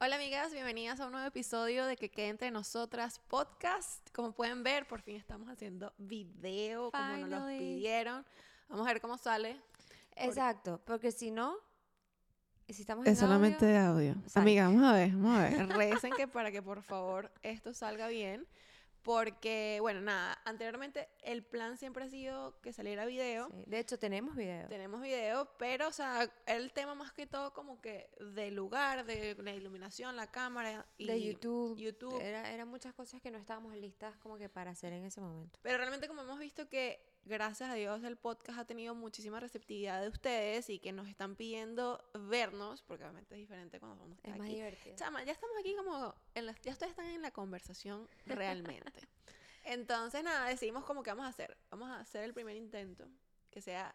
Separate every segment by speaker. Speaker 1: Hola amigas, bienvenidas a un nuevo episodio de Que Quede Entre Nosotras Podcast. Como pueden ver, por fin estamos haciendo video como nos los
Speaker 2: Finally.
Speaker 1: pidieron. Vamos a ver cómo sale.
Speaker 2: Exacto, porque si no, si estamos en
Speaker 3: Es solamente
Speaker 2: audio,
Speaker 3: de audio.
Speaker 2: sale.
Speaker 3: Amiga, vamos a ver, vamos a ver.
Speaker 1: Recen que para que por favor esto salga bien. Porque, bueno, nada, anteriormente el plan siempre ha sido que saliera video.
Speaker 2: sí. De hecho, tenemos video.
Speaker 1: Tenemos video, pero, o sea, el tema más que todo como que del lugar, de la iluminación, la cámara y
Speaker 2: de YouTube.
Speaker 1: YouTube.
Speaker 2: Era, eran muchas cosas que no estábamos listas como que para hacer en ese momento.
Speaker 1: Pero realmente como hemos visto que gracias a Dios el podcast ha tenido muchísima receptividad de ustedes y que nos están pidiendo vernos, porque obviamente es diferente cuando vamos
Speaker 2: Es más
Speaker 1: aquí.
Speaker 2: divertido.
Speaker 1: Chama, ya estamos aquí como, en las- ya ustedes están en la conversación realmente. Entonces nada, decidimos como que vamos a hacer. Vamos a hacer el primer intento que sea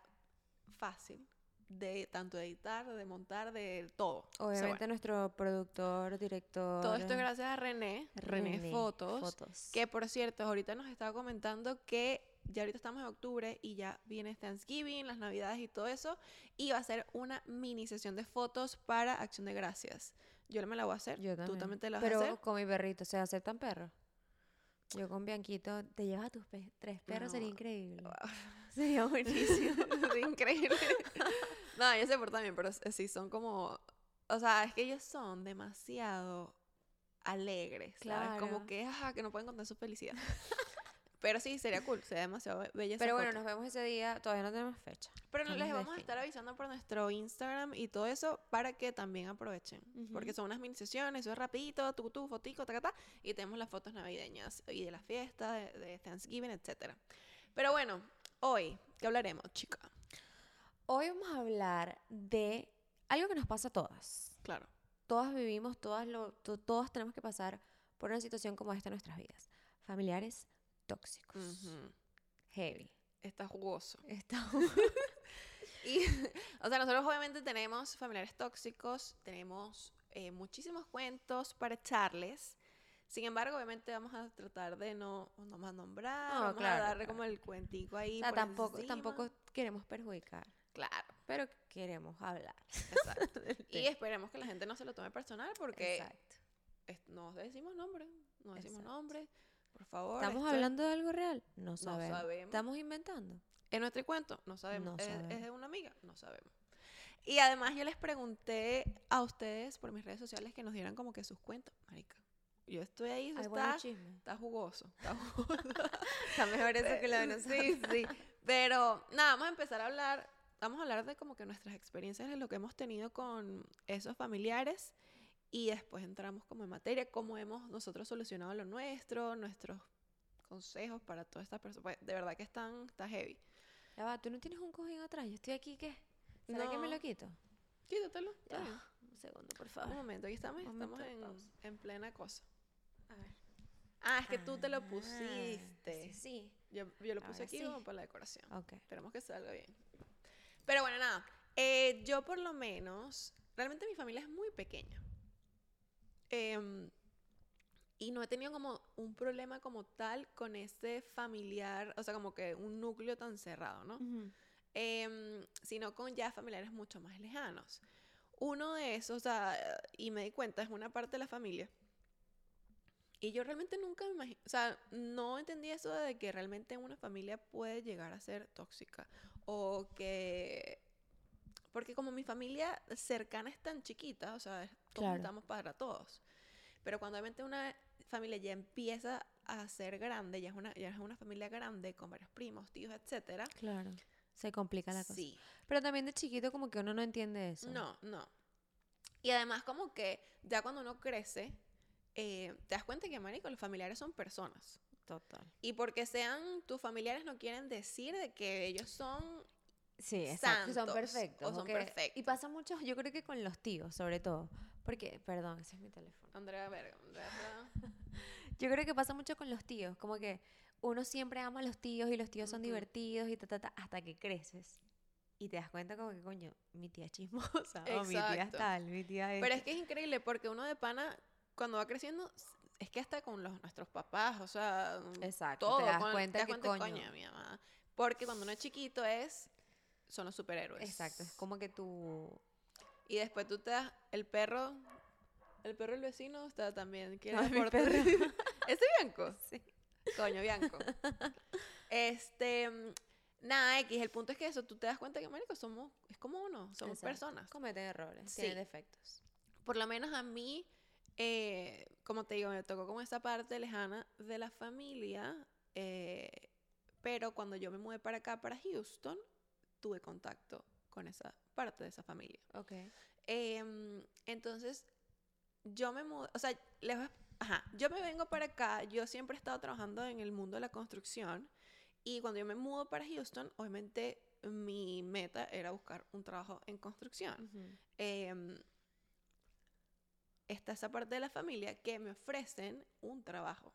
Speaker 1: fácil de tanto de editar, de montar, de todo. O sea,
Speaker 2: Obviamente
Speaker 1: bueno,
Speaker 2: nuestro productor, director.
Speaker 1: todo esto es
Speaker 2: eh,
Speaker 1: gracias a René, René, Fotos. Que por cierto, ahorita nos estaba comentando que ya ahorita estamos en octubre y ya viene Thanksgiving, las Navidades y todo eso. Y va a ser una mini sesión de fotos para Acción de Gracias. Yo me la voy a hacer.
Speaker 2: Yo también.
Speaker 1: Tú también te la vas
Speaker 2: Pero
Speaker 1: a hacer.
Speaker 2: con mi perrito, ¿se aceptan perros? Yo con Bianquito, te llevas a tus pe- tres perros, sería
Speaker 1: No.
Speaker 2: increíble.
Speaker 1: Sería buenísimo. sería increíble. no, yo sé por también, pero s- sí son como. O sea, es que ellos son demasiado alegres, ¿sabes? Como
Speaker 2: Claro.
Speaker 1: que, ajá, que no pueden contar su felicidad. Pero sí, sería cool, sería demasiado be- bella esa
Speaker 2: Pero bueno,
Speaker 1: foto.
Speaker 2: nos vemos ese día, todavía no tenemos fecha.
Speaker 1: Pero no
Speaker 2: Son
Speaker 1: les
Speaker 2: los
Speaker 1: vamos a estar avisando por nuestro Instagram y todo eso para que también aprovechen. Porque
Speaker 2: Ujú.
Speaker 1: son unas mini sesiones, eso es rapidito, tu, tu, fotico, ta, ta, ta, y tenemos las fotos navideñas y de la fiesta, de, de Thanksgiving, etc. Pero bueno, hoy, ¿qué hablaremos, chica?
Speaker 2: Hoy vamos a hablar de algo que nos pasa a todas.
Speaker 1: Claro.
Speaker 2: Todas vivimos, todas, lo, to- todas tenemos que pasar por una situación como esta en nuestras vidas. Familiares tóxicos.
Speaker 1: Ujú.
Speaker 2: Heavy.
Speaker 1: Está jugoso.
Speaker 2: Estamos...
Speaker 1: Y, o sea, nosotros obviamente tenemos familiares tóxicos, tenemos eh, muchísimos cuentos para echarles. Sin embargo, obviamente vamos a tratar de no, no más nombrar,
Speaker 2: No,
Speaker 1: vamos
Speaker 2: claro,
Speaker 1: a darle
Speaker 2: claro.
Speaker 1: como el cuentico ahí.
Speaker 2: o sea,
Speaker 1: por
Speaker 2: tampoco,
Speaker 1: encima.
Speaker 2: tampoco queremos perjudicar,
Speaker 1: Claro,
Speaker 2: pero queremos hablar.
Speaker 1: exacto.
Speaker 2: del
Speaker 1: y
Speaker 2: tema.
Speaker 1: esperemos que la gente no se lo tome personal porque
Speaker 2: Exacto.
Speaker 1: es- no decimos nombres, no decimos
Speaker 2: Exacto.
Speaker 1: nombres, por favor.
Speaker 2: ¿Estamos
Speaker 1: esto es-
Speaker 2: hablando de algo real? No sabemos.
Speaker 1: sabemos.
Speaker 2: ¿Estamos inventando?
Speaker 1: ¿Es nuestro cuento? No sabemos.
Speaker 2: No
Speaker 1: ¿Es- ¿Es, de
Speaker 2: sabemos.
Speaker 1: una amiga? No sabemos. Y además yo les pregunté a ustedes por mis redes sociales que nos dieran como que sus cuentos, marica. Yo estoy ahí, eso
Speaker 2: Hay
Speaker 1: está,
Speaker 2: buenos chismes.
Speaker 1: está jugoso, está jugoso.
Speaker 2: Está mejor eso que lo de
Speaker 1: sí,
Speaker 2: nosotros.
Speaker 1: sí. Pero nada, vamos a empezar a hablar, vamos a hablar de como que nuestras experiencias de lo que hemos tenido con esos familiares y después entramos como en materia, cómo hemos nosotros solucionado lo nuestro, nuestros consejos para todas estas personas. Pues, De verdad que están, está heavy.
Speaker 2: Ya va, tú no tienes un cojín atrás. Yo estoy aquí, ¿qué? ¿Será que me
Speaker 1: No.
Speaker 2: lo quito?
Speaker 1: Quítatelo. está
Speaker 2: Ya,
Speaker 1: bien.
Speaker 2: un segundo, por
Speaker 1: Un
Speaker 2: favor.
Speaker 1: momento, aquí estamos,
Speaker 2: momento
Speaker 1: estamos
Speaker 2: de
Speaker 1: en,
Speaker 2: pausa.
Speaker 1: en plena cosa.
Speaker 2: A ver.
Speaker 1: Ah, es que tú te lo
Speaker 2: Ah,
Speaker 1: pusiste.
Speaker 2: Sí, sí.
Speaker 1: Yo, yo lo puse
Speaker 2: Ahora
Speaker 1: aquí
Speaker 2: sí.
Speaker 1: como para la decoración.
Speaker 2: Ok.
Speaker 1: Esperemos que salga bien. Pero bueno, nada. eh, yo por lo menos, realmente mi familia es muy pequeña. Em, y no he tenido como un problema como tal con ese familiar, o sea, como que un núcleo tan cerrado, ¿no? em, sino con ya familiares mucho más lejanos. Uno de esos, o sea, y me di cuenta, es una parte de la familia. Y yo realmente nunca me imagino, o sea, no entendí eso de que realmente una familia puede llegar a ser tóxica. O que... Porque como mi familia cercana es tan chiquita, o sea, es como
Speaker 2: Claro.
Speaker 1: estamos para todos. Pero cuando obviamente una familia ya empieza a ser grande, ya es una, ya es una familia grande con varios primos, tíos, etcétera.
Speaker 2: Claro. Se complica la cosa.
Speaker 1: Sí,
Speaker 2: Pero también de chiquito como que uno no entiende eso.
Speaker 1: No, no. Y además como que ya cuando uno crece, eh, te das cuenta que, marico, los familiares son personas.
Speaker 2: Total.
Speaker 1: Y porque sean tus familiares no quieren decir de que ellos son...
Speaker 2: Sí, exacto.
Speaker 1: Santos,
Speaker 2: Son perfectos.
Speaker 1: o son
Speaker 2: ok.
Speaker 1: perfectos.
Speaker 2: Y pasa mucho, yo creo que con los tíos, sobre todo. Porque, perdón, ese es mi teléfono.
Speaker 1: Andrea, verga, Andrea, Verga.
Speaker 2: Yo creo que pasa mucho con los tíos. Como que uno siempre ama a los tíos y los tíos son
Speaker 1: Ujú.
Speaker 2: divertidos y ta, ta, ta, hasta que creces. Y te das cuenta como que, coño, mi tía es chismosa. O mi tía es
Speaker 1: Exacto.
Speaker 2: tal, mi tía es...
Speaker 1: Pero es que es increíble porque uno de pana, cuando va creciendo, es que hasta con los, nuestros papás, o sea,
Speaker 2: Exacto.
Speaker 1: todo.
Speaker 2: te das
Speaker 1: con-
Speaker 2: cuenta
Speaker 1: das
Speaker 2: que,
Speaker 1: cuenta,
Speaker 2: coño,
Speaker 1: mi mamá. Porque cuando uno es chiquito es... Son los superhéroes.
Speaker 2: Exacto, es como que tú...
Speaker 1: Y después tú te das el perro El perro del vecino está también. que
Speaker 2: No,
Speaker 1: era
Speaker 2: es mi
Speaker 1: por-
Speaker 2: perro.
Speaker 1: ¿Ese Bianco?
Speaker 2: Sí.
Speaker 1: Coño, Bianco. Este. mm, Nada, X. El punto es que eso, tú te das cuenta que, marico, somos. Es como uno. Somos
Speaker 2: Exacto.
Speaker 1: personas.
Speaker 2: Cometen errores,
Speaker 1: Sí.
Speaker 2: tienen defectos.
Speaker 1: Por lo menos a mí, eh, como te digo, me tocó como esa parte lejana de la familia. eh, pero cuando yo me mudé para acá, para Houston, tuve contacto con esa parte de esa familia.
Speaker 2: Ok.
Speaker 1: Em, entonces, yo me mudé, o sea, les voy a- ajá, yo me vengo para acá, yo siempre he estado trabajando en el mundo de la construcción y cuando yo me mudo para Houston, obviamente mi meta era buscar un trabajo en construcción. Em, está esa parte de la familia que me ofrecen un trabajo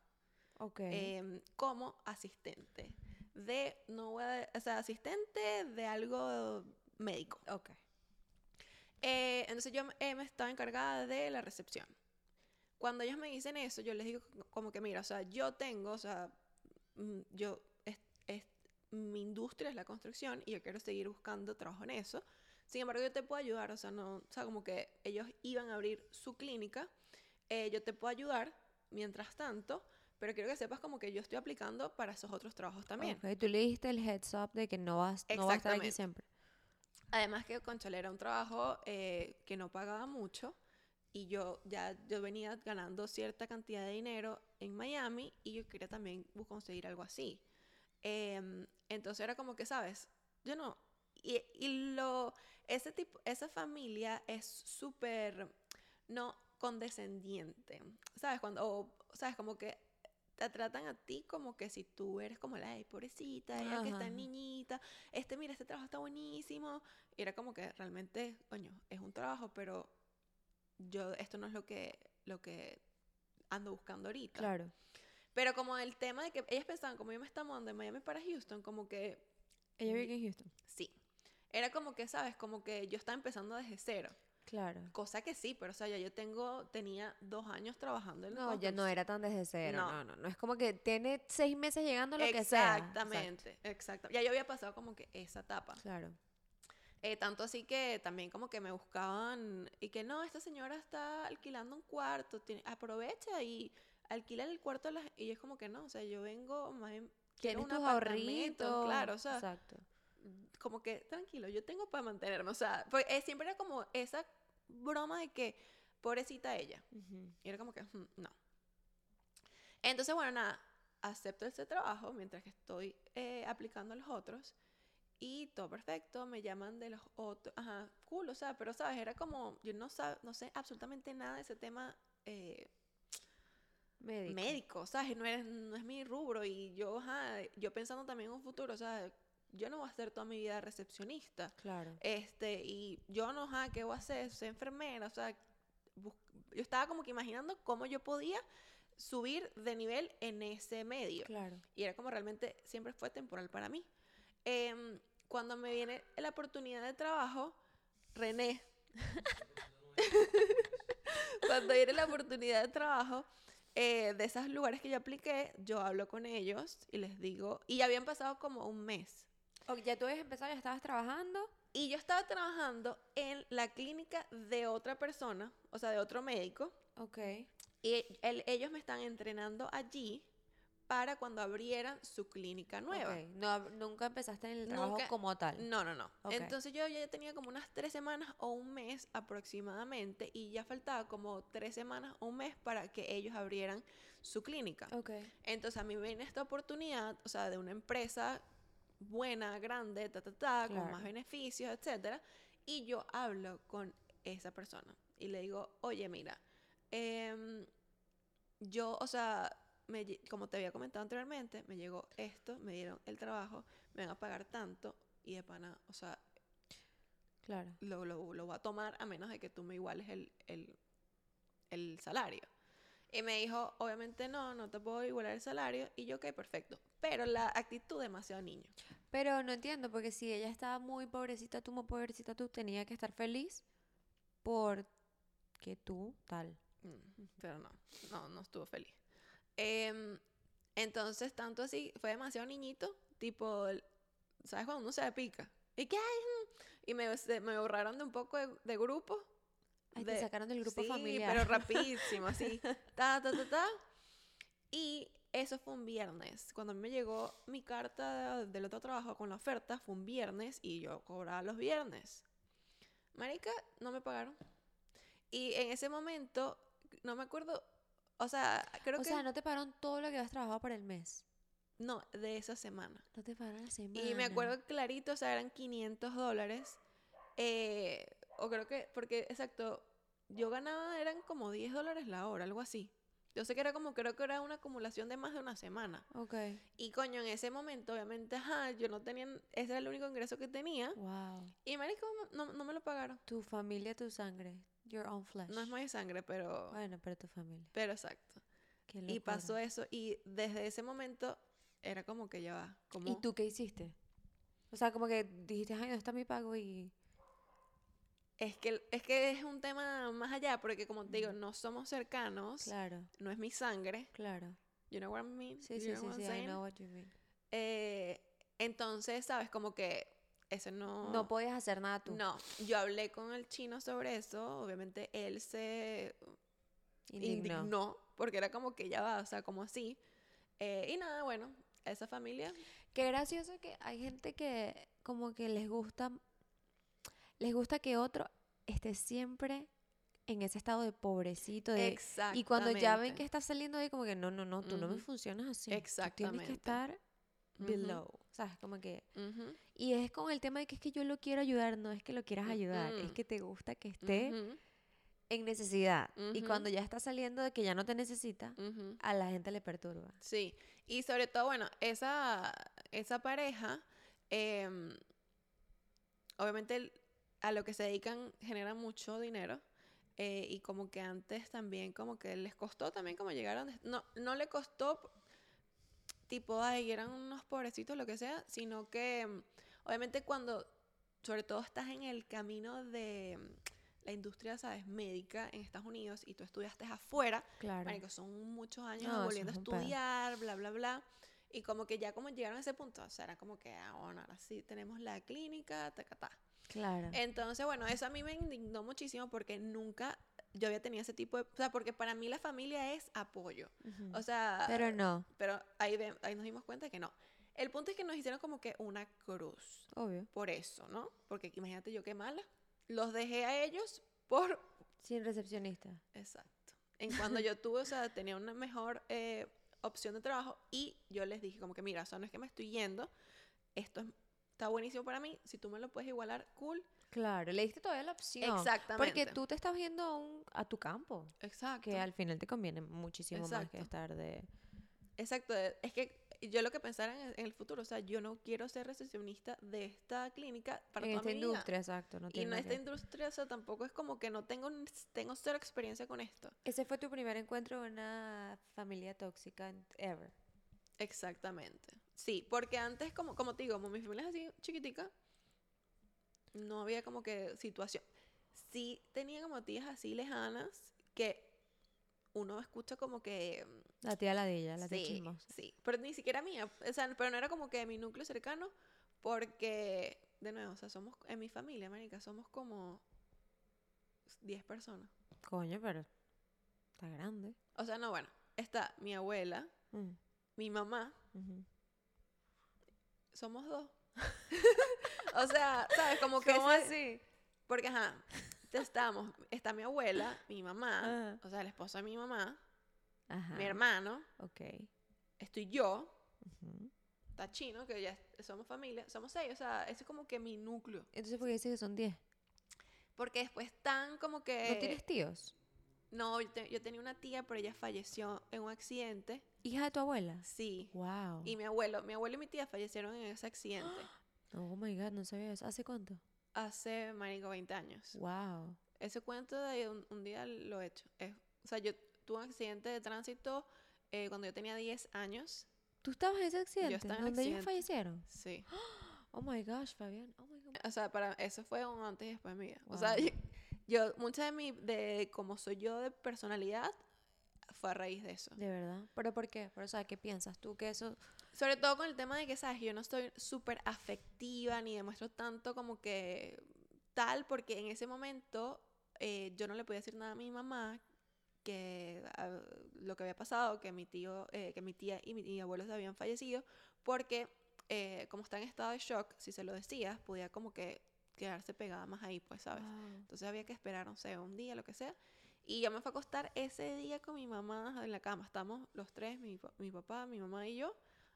Speaker 2: Ok.
Speaker 1: em, como asistente de, no voy a- o sea, asistente de algo médico.
Speaker 2: ok.
Speaker 1: Eh, entonces yo eh, me estaba encargada de la recepción. Cuando ellos me dicen eso, yo les digo c- como que, mira, o sea, yo tengo, o sea, mm, yo, es, es- mi industria es la construcción y yo quiero seguir buscando trabajo en eso. Sin embargo, yo te puedo ayudar, o sea, no, o sea, como que ellos iban a abrir su clínica, eh, yo te puedo ayudar mientras tanto, pero quiero que sepas como que yo estoy aplicando para esos otros trabajos también.
Speaker 2: Ok, Tú le diste el heads up de que no vas, no vas a estar aquí
Speaker 1: Exactamente.
Speaker 2: siempre.
Speaker 1: Además que Conchal era un trabajo eh, que no pagaba mucho y yo ya yo venía ganando cierta cantidad de dinero en Miami y yo quería también bu- conseguir algo así. Em, entonces era como que, ¿sabes? Yo no. Y, y lo, ese tipo, esa familia es súper, no, condescendiente. ¿Sabes? Cuando, o, ¿sabes? Como que te tratan a ti como que si tú eres como la, ay, pobrecita, ella que
Speaker 2: Ajá.
Speaker 1: está niñita, este, mira, este trabajo está buenísimo. Y era como que realmente, coño, es un trabajo, pero yo, esto no es lo que, lo que ando buscando ahorita.
Speaker 2: Claro.
Speaker 1: Pero como el tema de que ellas pensaban, como yo me estaba mudando de Miami para Houston, como que
Speaker 2: Ella
Speaker 1: Vi-
Speaker 2: vive aquí en Houston.
Speaker 1: sí. Era como que, ¿sabes? Como que yo estaba empezando desde cero.
Speaker 2: Claro.
Speaker 1: Cosa que sí, pero o sea, ya yo tengo, tenía dos años trabajando en la
Speaker 2: No, ya no
Speaker 1: construcción.
Speaker 2: era tan desde cero.
Speaker 1: No.
Speaker 2: No, no, no. Es como que tiene seis meses llegando lo que sea. Exacto.
Speaker 1: Exactamente, exacto. Ya yo había pasado como que esa etapa.
Speaker 2: Claro.
Speaker 1: Eh, tanto así que también como que me buscaban y que no, esta señora está alquilando un cuarto, tiene- aprovecha y alquila el cuarto a las... Y es como que no, o sea, yo vengo más bien... Quiero
Speaker 2: Tienes
Speaker 1: un
Speaker 2: tus
Speaker 1: apartamento,
Speaker 2: ahorritos.
Speaker 1: claro, o sea,
Speaker 2: Exacto.
Speaker 1: como que tranquilo, yo tengo para mantenerme, o sea, fue- eh, siempre era como esa broma de que pobrecita ella. Y era como que, "Ujú, no. Entonces, bueno, nada, acepto este trabajo mientras que estoy eh, aplicando a los otros. Y todo perfecto, me llaman de los otros. Ajá, cool, o sea, pero sabes, era como, yo no, sab- no sé absolutamente nada de ese tema eh,
Speaker 2: Médico.
Speaker 1: médico, ¿sabes? No, eres- no es mi rubro y yo, ajá, yo pensando también en un futuro, ¿sabes? Yo no voy a ser toda mi vida recepcionista.
Speaker 2: Claro.
Speaker 1: Este, y yo no, ajá, ¿qué voy a hacer? Soy enfermera, o sea, bus- yo estaba como que imaginando cómo yo podía subir de nivel en ese medio.
Speaker 2: Claro.
Speaker 1: Y era como realmente, siempre fue temporal para mí. Em, cuando me viene la oportunidad de trabajo, René, cuando viene la oportunidad de trabajo, eh, de esos lugares que yo apliqué, yo hablo con ellos y les digo, y ya habían pasado como un mes.
Speaker 2: Ok, ya tú habías empezado, ya estabas trabajando.
Speaker 1: Y yo estaba trabajando en la clínica de otra persona, o sea, de otro médico,
Speaker 2: Ok.
Speaker 1: y el- ellos me están entrenando allí para cuando abrieran su clínica nueva.
Speaker 2: Ok. No, ab- nunca empezaste en el trabajo
Speaker 1: Nunca-
Speaker 2: como tal.
Speaker 1: No, no, no.
Speaker 2: Ok.
Speaker 1: Entonces yo ya tenía como unas tres semanas o un mes aproximadamente y ya faltaba como tres semanas o un mes para que ellos abrieran su clínica.
Speaker 2: Ok.
Speaker 1: Entonces a mí me viene esta oportunidad, o sea, de una empresa buena, grande, ta, ta, ta, con más
Speaker 2: Claro.
Speaker 1: beneficios, etcétera. Y yo hablo con esa persona y le digo, oye, mira, em, yo, o sea, me lle- como te había comentado anteriormente, me llegó esto, me dieron el trabajo, me van a pagar tanto y de pana, o sea,
Speaker 2: Claro.
Speaker 1: lo, lo, lo voy a tomar a menos de que tú me iguales el, el, el salario. Y me dijo, obviamente no, no te puedo igualar el salario. Y yo, ok, perfecto. Pero la actitud demasiado niño.
Speaker 2: Pero no entiendo, porque si ella estaba muy pobrecita, tú muy pobrecita, tú tenía que estar feliz por que tú tal.
Speaker 1: Mm, Pero no, no, no estuvo feliz. Em, entonces, tanto así, fue demasiado niñito, tipo, el- ¿sabes cuando uno se pica? Y que, ay, mm, y me, se- me borraron de un poco de, de grupo.
Speaker 2: Ay, te
Speaker 1: de-
Speaker 2: sacaron del grupo
Speaker 1: sí,
Speaker 2: familiar.
Speaker 1: pero rapidísimo, así. Ta, ta, ta, ta. Y eso fue un viernes. Cuando a mí me llegó mi carta de- del otro trabajo con la oferta, fue un viernes y yo cobraba los viernes. Marica, no me pagaron. Y en ese momento, no me acuerdo, o sea, creo
Speaker 2: o
Speaker 1: que
Speaker 2: sea, no te pagaron todo lo que habías trabajado para el mes.
Speaker 1: no, de esa semana.
Speaker 2: No te pagaron la semana.
Speaker 1: Y me acuerdo clarito, o sea, eran 500 dólares. eh, o creo que, porque exacto, yo ganaba, eran como 10 dólares la hora, algo así. Yo sé que era como, creo que era una acumulación de más de una semana.
Speaker 2: Ok.
Speaker 1: Y coño, en ese momento, obviamente, ajá, yo no tenía, ese era el único ingreso que tenía.
Speaker 2: Wow.
Speaker 1: Y marico, no, no me lo pagaron.
Speaker 2: Tu familia, tu sangre. Your own flesh.
Speaker 1: No es más de sangre, pero,
Speaker 2: Bueno, pero tu familia.
Speaker 1: pero exacto.
Speaker 2: Qué
Speaker 1: Y
Speaker 2: locura.
Speaker 1: pasó eso, y desde ese momento era como que ya va. Como,
Speaker 2: ¿Y tú qué hiciste? O sea, como que dijiste, ay, no está mi pago y...
Speaker 1: Es que, es que es un tema más allá, porque como te digo, no somos cercanos.
Speaker 2: Claro,
Speaker 1: no es mi sangre.
Speaker 2: claro.
Speaker 1: You know what I mean?
Speaker 2: Sí,
Speaker 1: You
Speaker 2: sí,
Speaker 1: know
Speaker 2: sí,
Speaker 1: what I'm
Speaker 2: sí, I
Speaker 1: saying?
Speaker 2: know what you mean.
Speaker 1: Eh, entonces, ¿sabes? Como que eso no...
Speaker 2: No podías hacer nada tú.
Speaker 1: No, yo hablé con el chino sobre eso, obviamente él se indignó,
Speaker 2: Indignó.
Speaker 1: porque era como que ya va, o sea, como así. Eh, y nada, bueno, esa familia,
Speaker 2: Qué gracioso que hay gente que como que les gusta... Les gusta que otro esté siempre en ese estado de pobrecito, de,
Speaker 1: exactamente.
Speaker 2: Y cuando ya ven que estás saliendo ahí, como que no, no, no, tú no me
Speaker 1: Ujú.
Speaker 2: funcionas así. Tú tienes
Speaker 1: Exactamente.
Speaker 2: que estar
Speaker 1: Ujú,
Speaker 2: below. ¿Sabes? Como que.
Speaker 1: ujú,
Speaker 2: Y es con el tema de que es que yo lo quiero ayudar, no es que lo quieras ayudar, es
Speaker 1: Mm-mm.
Speaker 2: que te gusta que esté
Speaker 1: ujú,
Speaker 2: en necesidad. Y
Speaker 1: Ujú.
Speaker 2: cuando ya está saliendo de que ya no te necesita,
Speaker 1: ujú.
Speaker 2: a la gente le perturba.
Speaker 1: Sí, y sobre todo, bueno, esa, esa pareja, em, obviamente el- a lo que se dedican genera mucho dinero eh, y como que antes también como que les costó también como llegar a donde... No, no le costó p- tipo, ay, eran unos pobrecitos, lo que sea, sino que em, obviamente cuando sobre todo estás en el camino de em, la industria, sabes, médica en Estados Unidos y tú estudiaste afuera,
Speaker 2: Claro.
Speaker 1: Marico, son muchos años
Speaker 2: No, eso
Speaker 1: volviendo a
Speaker 2: es un pedo.
Speaker 1: estudiar, bla, bla, bla. Y como que ya como llegaron a ese punto, o sea, era como que, ah, bueno, ahora sí tenemos la clínica, ta, ta, ta.
Speaker 2: Claro.
Speaker 1: Entonces, bueno, eso a mí me indignó muchísimo porque nunca yo había tenido ese tipo de... O sea, porque para mí la familia es apoyo.
Speaker 2: Ujú.
Speaker 1: O sea...
Speaker 2: Pero no,
Speaker 1: pero ahí, ve- ahí nos dimos cuenta que no. El punto es que nos hicieron como que una cruz
Speaker 2: obvio.
Speaker 1: por eso, ¿no? Porque imagínate yo qué mala. Los dejé a ellos por
Speaker 2: Sin recepcionista.
Speaker 1: Exacto. En cuando yo tuve, o sea, tenía una mejor eh, opción de trabajo y yo les dije como que, mira, o sea, no es que me estoy yendo, esto es- está buenísimo para mí, si tú me lo puedes igualar, cool.
Speaker 2: Claro, le diste todavía la opción.
Speaker 1: Exactamente.
Speaker 2: Porque tú te estás viendo a, un- a tu campo,
Speaker 1: Exacto.
Speaker 2: que al final te conviene muchísimo más que
Speaker 1: Exacto.
Speaker 2: estar de...
Speaker 1: Exacto. eh, Es que yo lo que pensara en, en el futuro, o sea, yo no quiero ser recepcionista de esta clínica para
Speaker 2: en
Speaker 1: toda
Speaker 2: esta
Speaker 1: mi vida.
Speaker 2: industria, exacto. No
Speaker 1: Y
Speaker 2: tiene
Speaker 1: no
Speaker 2: nada
Speaker 1: esta
Speaker 2: que ver.
Speaker 1: industria, o sea, tampoco es como que no tengo, ni- tengo cero experiencia con esto.
Speaker 2: Ese fue tu primer encuentro con una familia tóxica en- ever.
Speaker 1: Exactamente. Sí, porque antes, como, como te digo, como mi familia es así chiquitica, no había como que situación. Sí tenía como tías así lejanas que uno escucha como que... mm,
Speaker 2: La tía ladilla, la tía
Speaker 1: sí,
Speaker 2: chismosa.
Speaker 1: sí, pero ni siquiera mía. O sea, pero no era como que de mi núcleo cercano porque, de nuevo, o sea, somos, en mi familia, marica, somos como 10 personas.
Speaker 2: Coño, pero está grande.
Speaker 1: O sea, no, bueno, está mi abuela,
Speaker 2: Mm,
Speaker 1: mi mamá,
Speaker 2: ujú.
Speaker 1: somos dos. o sea, ¿sabes? Como que.
Speaker 2: ¿Cómo
Speaker 1: así? Porque, ajá, ya estamos. Está mi abuela, mi mamá,
Speaker 2: Ajá.
Speaker 1: o sea, el esposo de mi mamá,
Speaker 2: Ah. Ajá.
Speaker 1: mi hermano,
Speaker 2: Ok.
Speaker 1: estoy yo,
Speaker 2: ujú.
Speaker 1: está chino, que ya es- somos familia, somos seis, o sea, ese es como que mi núcleo.
Speaker 2: Entonces, ¿por qué dices que son 10?
Speaker 1: Porque después están como que.
Speaker 2: ¿No tienes tíos?
Speaker 1: No, yo, te- yo tenía una tía, pero ella falleció en un accidente.
Speaker 2: ¿Hija de tu abuela?
Speaker 1: Sí.
Speaker 2: Wow.
Speaker 1: Y mi abuelo, mi abuelo y mi tía fallecieron en ese accidente
Speaker 2: Oh my god, no sabía eso. ¿Hace cuánto?
Speaker 1: hace, marico, 20 años.
Speaker 2: Wow.
Speaker 1: Ese cuento de un, un día lo he hecho. Es- o sea, yo tuve un accidente de tránsito eh, cuando yo tenía 10 años.
Speaker 2: ¿Tú estabas en ese accidente?
Speaker 1: estaba en el
Speaker 2: ¿Donde ellos
Speaker 1: accidente.
Speaker 2: fallecieron?
Speaker 1: Sí.
Speaker 2: Oh my gosh, Fabián. Oh my god.
Speaker 1: O sea, para eso fue un antes y después de mi vida. O sea,
Speaker 2: Wow.
Speaker 1: yo, yo- mucha de mi, de cómo soy yo de personalidad, fue a raíz de eso.
Speaker 2: De verdad. ¿Pero por qué? Pero, o sea, ¿qué piensas tú que eso
Speaker 1: Sobre todo con el tema de que, sabes, yo no estoy súper afectiva ni demuestro tanto como que tal, porque en ese momento eh, yo no le podía decir nada a mi mamá que ah, lo que había pasado, que mi tío, eh, que mi tía y mi, y abuelos habían fallecido, porque eh, como está en estado de shock, si se lo decías, podía como que quedarse pegada más ahí, pues, ¿sabes?
Speaker 2: Wow.
Speaker 1: Entonces había que esperar, no sé, un día, lo que sea. Y yo me fui a acostar ese día con mi mamá en la cama. Estamos los tres, mi, pa- mi papá, mi mamá y yo.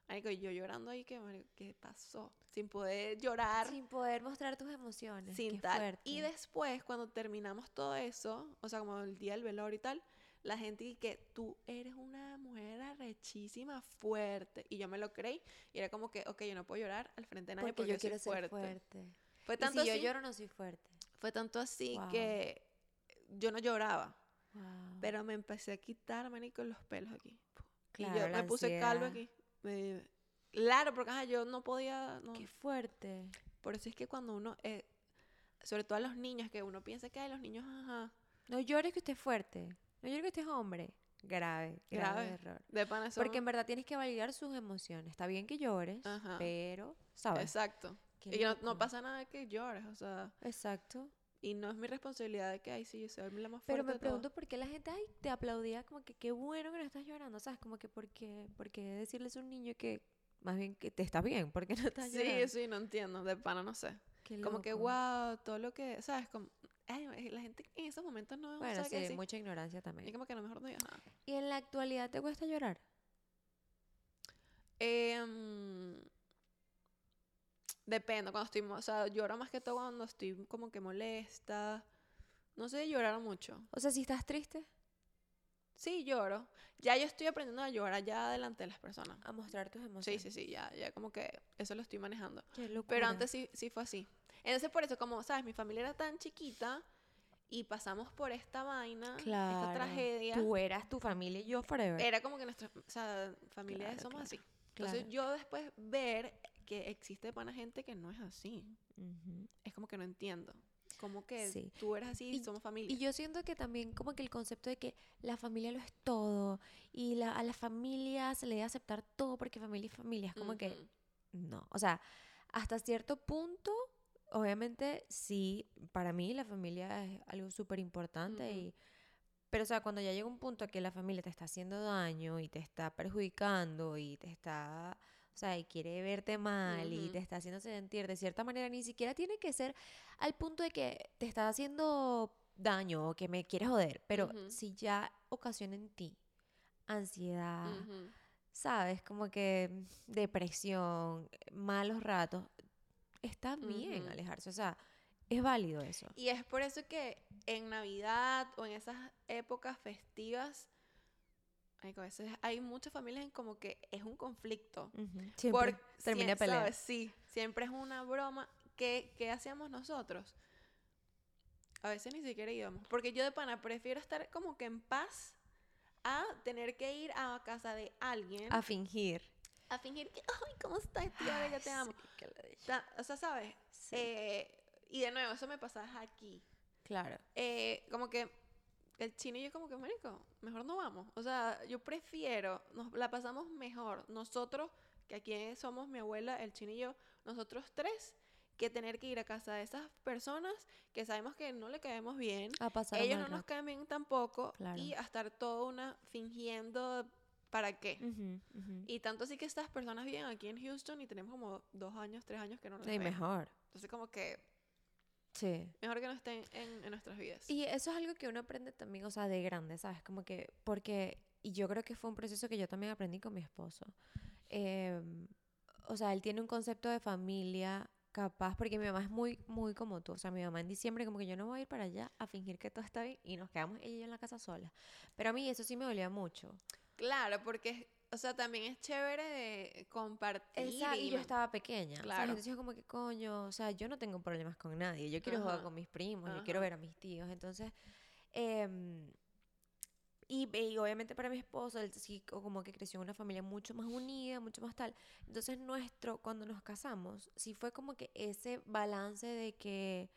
Speaker 1: Marico, y yo llorando ahí, que, marico, ¿qué pasó? Sin poder llorar,
Speaker 2: Sin poder mostrar tus emociones.
Speaker 1: sin
Speaker 2: qué
Speaker 1: tal.
Speaker 2: fuerte.
Speaker 1: Y después, cuando terminamos todo eso, o sea, como el día del velorio y tal, la gente y que tú eres una mujer arrechísima, fuerte. Y yo me lo creí. Y era como que, ok, yo no puedo llorar al frente de nadie porque,
Speaker 2: porque, yo quiero
Speaker 1: soy fuerte.
Speaker 2: ser fuerte.
Speaker 1: Fue
Speaker 2: Y
Speaker 1: tanto
Speaker 2: si yo
Speaker 1: así-
Speaker 2: lloro no soy fuerte.
Speaker 1: fue tanto así
Speaker 2: Wow.
Speaker 1: que yo no lloraba,
Speaker 2: Wow.
Speaker 1: pero me empecé a quitar, manico, los pelos aquí. Pu.
Speaker 2: Claro,
Speaker 1: y yo
Speaker 2: la
Speaker 1: me puse calvo
Speaker 2: ansiedad.
Speaker 1: aquí. Me- Claro, porque ajá, yo no podía. no.
Speaker 2: qué fuerte.
Speaker 1: Por eso es que cuando uno. eh, sobre todo a los niños, que uno piensa que hay los niños, ajá.
Speaker 2: No llores que usted es fuerte. No llores que usted es hombre. Grave, grave,
Speaker 1: Grave.
Speaker 2: error.
Speaker 1: De pana son-
Speaker 2: Porque en verdad tienes que validar sus emociones. Está bien que llores,
Speaker 1: Ajá.
Speaker 2: pero, ¿sabes?
Speaker 1: Exacto.
Speaker 2: Qué
Speaker 1: Y no, no
Speaker 2: loco.
Speaker 1: pasa nada que llores, o sea.
Speaker 2: Exacto.
Speaker 1: Y no es mi responsabilidad de que, ay, sí, yo soy la más fuerte.
Speaker 2: Pero me
Speaker 1: de todas.
Speaker 2: pregunto por qué la gente ay, te aplaudía como que qué bueno que no estás llorando, ¿sabes? Como que por qué, por qué decirles a un niño que más bien que te está bien, porque no estás llorando.
Speaker 1: Sí, sí, no entiendo. De pana, no sé.
Speaker 2: Qué
Speaker 1: Como que,
Speaker 2: loco.
Speaker 1: wow, todo lo que, ¿sabes? Como, ay, la gente en esos momentos no
Speaker 2: Bueno,
Speaker 1: sabe
Speaker 2: sí,
Speaker 1: qué decir.
Speaker 2: mucha ignorancia
Speaker 1: Y
Speaker 2: también.
Speaker 1: como que a lo mejor no digas nada.
Speaker 2: ¿Y en la actualidad te cuesta llorar?
Speaker 1: Em, depende, cuando estoy, mo- o sea, lloro más que todo cuando estoy como que molesta. No sé llorar mucho.
Speaker 2: O sea, si estás triste,
Speaker 1: Sí, lloro. Ya yo estoy aprendiendo a llorar ya delante de las personas.
Speaker 2: a mostrar tus
Speaker 1: Sí,
Speaker 2: emociones.
Speaker 1: sí, sí, ya, ya como que eso lo estoy manejando.
Speaker 2: Qué locura.
Speaker 1: Pero antes sí, sí fue así. Entonces, por eso, como sabes, mi familia era tan chiquita y pasamos por esta vaina, esta
Speaker 2: Claro,
Speaker 1: tragedia.
Speaker 2: Tú eras tu familia y yo forever.
Speaker 1: Era como que nuestra o sea, familia
Speaker 2: Claro,
Speaker 1: somos
Speaker 2: claro,
Speaker 1: así. Entonces
Speaker 2: claro.
Speaker 1: yo después ver que existe para gente que no es así,
Speaker 2: Ujú.
Speaker 1: es como que no entiendo. Como que
Speaker 2: Sí.
Speaker 1: tú eres así y
Speaker 2: Y-
Speaker 1: somos familia.
Speaker 2: Y yo siento que también como que el concepto de que la familia lo es todo y la, a la familia se le debe aceptar todo porque familia es familia, es como que
Speaker 1: Ujú.
Speaker 2: No, o sea, hasta cierto punto, obviamente sí, para mí la familia es algo súper importante
Speaker 1: Ujú.
Speaker 2: y... Pero, o sea, cuando ya llega un punto que la familia te está haciendo daño y te está perjudicando y te está... O sea, y quiere verte mal y
Speaker 1: Ujú.
Speaker 2: te está haciendo sentir de cierta manera, ni siquiera tiene que ser al punto de que te está haciendo daño o que me quieres joder, pero
Speaker 1: Ujú.
Speaker 2: si ya ocasiona en ti ansiedad,
Speaker 1: Ujú.
Speaker 2: ¿sabes? Como que depresión, malos ratos. Está bien
Speaker 1: Ujú.
Speaker 2: alejarse, o sea, es válido eso.
Speaker 1: Y es por eso que en Navidad o en esas épocas festivas, ay, que a veces hay muchas familias en como que es un conflicto.
Speaker 2: Siempre
Speaker 1: Por-
Speaker 2: termina
Speaker 1: siem-
Speaker 2: pelea.
Speaker 1: ¿sabes? Sí, siempre es una broma. ¿Qué, qué hacíamos nosotros? A veces ni siquiera íbamos. Porque yo de pana prefiero estar como que en paz a tener que ir a casa de alguien
Speaker 2: A
Speaker 1: a,
Speaker 2: fingir.
Speaker 1: fingir que, ay, ¿cómo estás, tía? Bella? te amo. Eh, Ta- O sea, ¿sabes?
Speaker 2: Sí.
Speaker 1: Eh, y de nuevo, eso me pasaba aquí.
Speaker 2: claro.
Speaker 1: Eh, como que el chino y yo como que, marico, mejor no vamos. O sea, yo prefiero, nos la pasamos mejor nosotros, que aquí somos mi abuela, el chino y yo, nosotros tres, que tener que ir a casa de esas personas que sabemos que no le caemos bien.
Speaker 2: A pasar
Speaker 1: Ellos
Speaker 2: un
Speaker 1: no
Speaker 2: mal
Speaker 1: nos
Speaker 2: rato.
Speaker 1: caen bien tampoco.
Speaker 2: Claro.
Speaker 1: Y a estar toda una fingiendo para qué.
Speaker 2: Ujú, ujú.
Speaker 1: Y tanto así que estas personas viven aquí en Houston y tenemos como dos años, tres años que no nos
Speaker 2: Sí,
Speaker 1: vemos.
Speaker 2: mejor.
Speaker 1: Entonces como que
Speaker 2: Sí.
Speaker 1: mejor que no estén en, en nuestras vidas.
Speaker 2: Y eso es algo que uno aprende también, o sea, de grande, ¿sabes? Como que, porque, y yo creo que fue un proceso que yo también aprendí con mi esposo. Eh, o sea, él tiene un concepto de familia capaz, porque mi mamá es muy, muy como tú. O sea, mi mamá en diciembre, como que yo no voy a ir para allá a fingir que todo está bien y nos quedamos ella y yo en la casa sola. Pero a mí eso sí me dolía mucho.
Speaker 1: Claro, porque, es- o sea, también es chévere de compartir.
Speaker 2: Esa, y yo
Speaker 1: man-
Speaker 2: estaba pequeña. ¿sabes?
Speaker 1: Claro.
Speaker 2: Entonces yo como que coño, o sea, yo no tengo problemas con nadie. Yo quiero jugar
Speaker 1: Ajá,
Speaker 2: con mis primos, yo quiero
Speaker 1: ajá.
Speaker 2: ver a mis tíos. Entonces, em, y, y obviamente para mi esposo, él sí co- como que creció en una familia mucho más unida, mucho más tal. Entonces nuestro, cuando nos casamos, sí fue como que ese balance de que,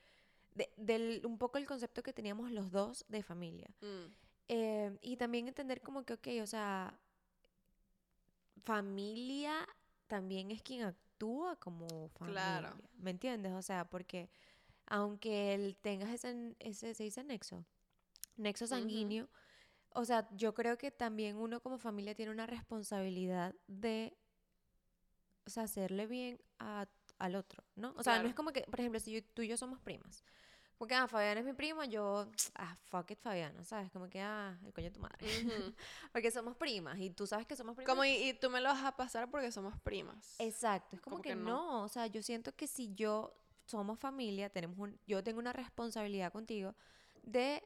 Speaker 2: de- del, un poco el concepto que teníamos los dos de familia.
Speaker 1: Mm,
Speaker 2: Eh, y también entender como que, ok, o sea, familia también es quien actúa como familia.
Speaker 1: Claro.
Speaker 2: ¿Me entiendes? O sea, porque aunque él tengas ese, ese, se dice nexo, nexo sanguíneo, o sea, yo creo que también uno como familia tiene una responsabilidad de, o sea, hacerle bien a- al otro, ¿no? O sea,
Speaker 1: Claro.
Speaker 2: no es como que, por ejemplo, si yo- tú y yo somos primas, como que, ah, Fabiana es mi prima, yo, ah, fuck it, Fabiana, ¿sabes? Como que, ah, el coño de tu madre.
Speaker 1: Ujú.
Speaker 2: Porque somos primas y tú sabes que somos primas.
Speaker 1: Como y, y tú me lo vas a pasar porque somos primas.
Speaker 2: Exacto, es como,
Speaker 1: Como
Speaker 2: que,
Speaker 1: que no.
Speaker 2: no. o sea, yo siento que si yo somos familia, tenemos un, yo tengo una responsabilidad contigo de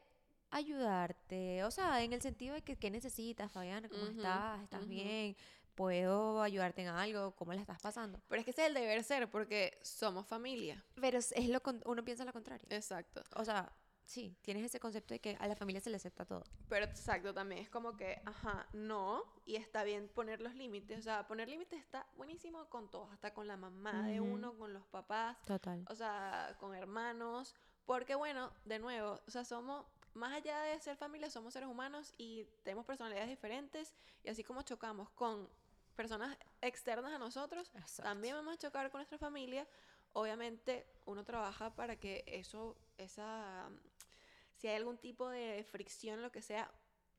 Speaker 2: ayudarte, o sea, en el sentido de que qué necesitas, Fabiana, cómo
Speaker 1: Ujú,
Speaker 2: estás, estás
Speaker 1: ujú.
Speaker 2: bien, puedo ayudarte en algo, cómo la estás pasando.
Speaker 1: Pero es que ese es el deber ser porque somos familia.
Speaker 2: Pero es es lo con- uno piensa lo
Speaker 1: Eh.
Speaker 2: contrario.
Speaker 1: Exacto.
Speaker 2: O sea, sí, tienes ese concepto de que a la familia se le acepta todo.
Speaker 1: Pero exacto, también es como que, ajá, no, y está bien poner los límites. O sea, poner límites está buenísimo con todos, hasta con la mamá de
Speaker 2: Ujú.
Speaker 1: uno, con los papás,
Speaker 2: Total.
Speaker 1: o sea, con hermanos. Porque bueno, de nuevo, o sea, somos, más allá de ser familia, somos seres humanos y tenemos personalidades diferentes. Y así como chocamos con personas externas a nosotros, también vamos a chocar con nuestra familia. Obviamente, uno trabaja para que eso, esa, mm, si hay algún tipo de fricción, lo que sea,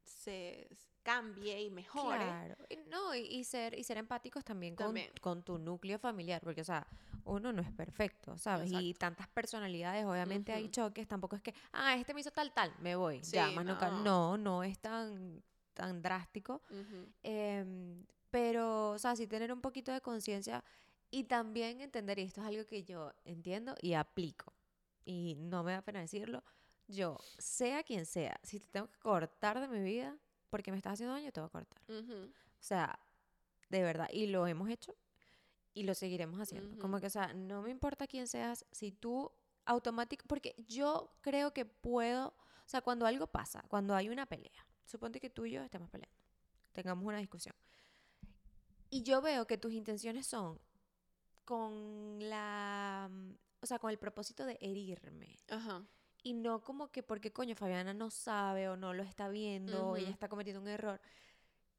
Speaker 1: se s- cambie y mejore.
Speaker 2: Claro. Y No, y, y ser, y ser empáticos también con,
Speaker 1: También.
Speaker 2: con tu núcleo familiar, porque, o sea, uno no es perfecto, ¿sabes? Y
Speaker 1: Exacto.
Speaker 2: tantas personalidades, obviamente hay
Speaker 1: Ujú.
Speaker 2: choques, tampoco es que, ah, este me hizo tal, tal, me voy, ya,
Speaker 1: Sí,
Speaker 2: más nunca.
Speaker 1: no.
Speaker 2: No, no es tan, tan drástico,
Speaker 1: Ujú.
Speaker 2: em, pero, o sea, sí tener un poquito de conciencia y también entender, y esto es algo que yo entiendo y aplico, y no me da pena decirlo, yo, sea quien sea, si te tengo que cortar de mi vida porque me estás haciendo daño, te voy a cortar.
Speaker 1: Ujú.
Speaker 2: O sea, de verdad, y lo hemos hecho y lo seguiremos haciendo.
Speaker 1: Ujú.
Speaker 2: Como que, o sea, no me importa quién seas, si tú automáticamente, porque yo creo que puedo, o sea, cuando algo pasa, cuando hay una pelea, suponte que tú y yo estemos peleando, tengamos una discusión, y yo veo que tus intenciones son con la, o sea, con el propósito de herirme.
Speaker 1: Ajá.
Speaker 2: Y no como que porque coño Fabiana no sabe o no lo está viendo, o ella
Speaker 1: Ujú.
Speaker 2: está cometiendo un error.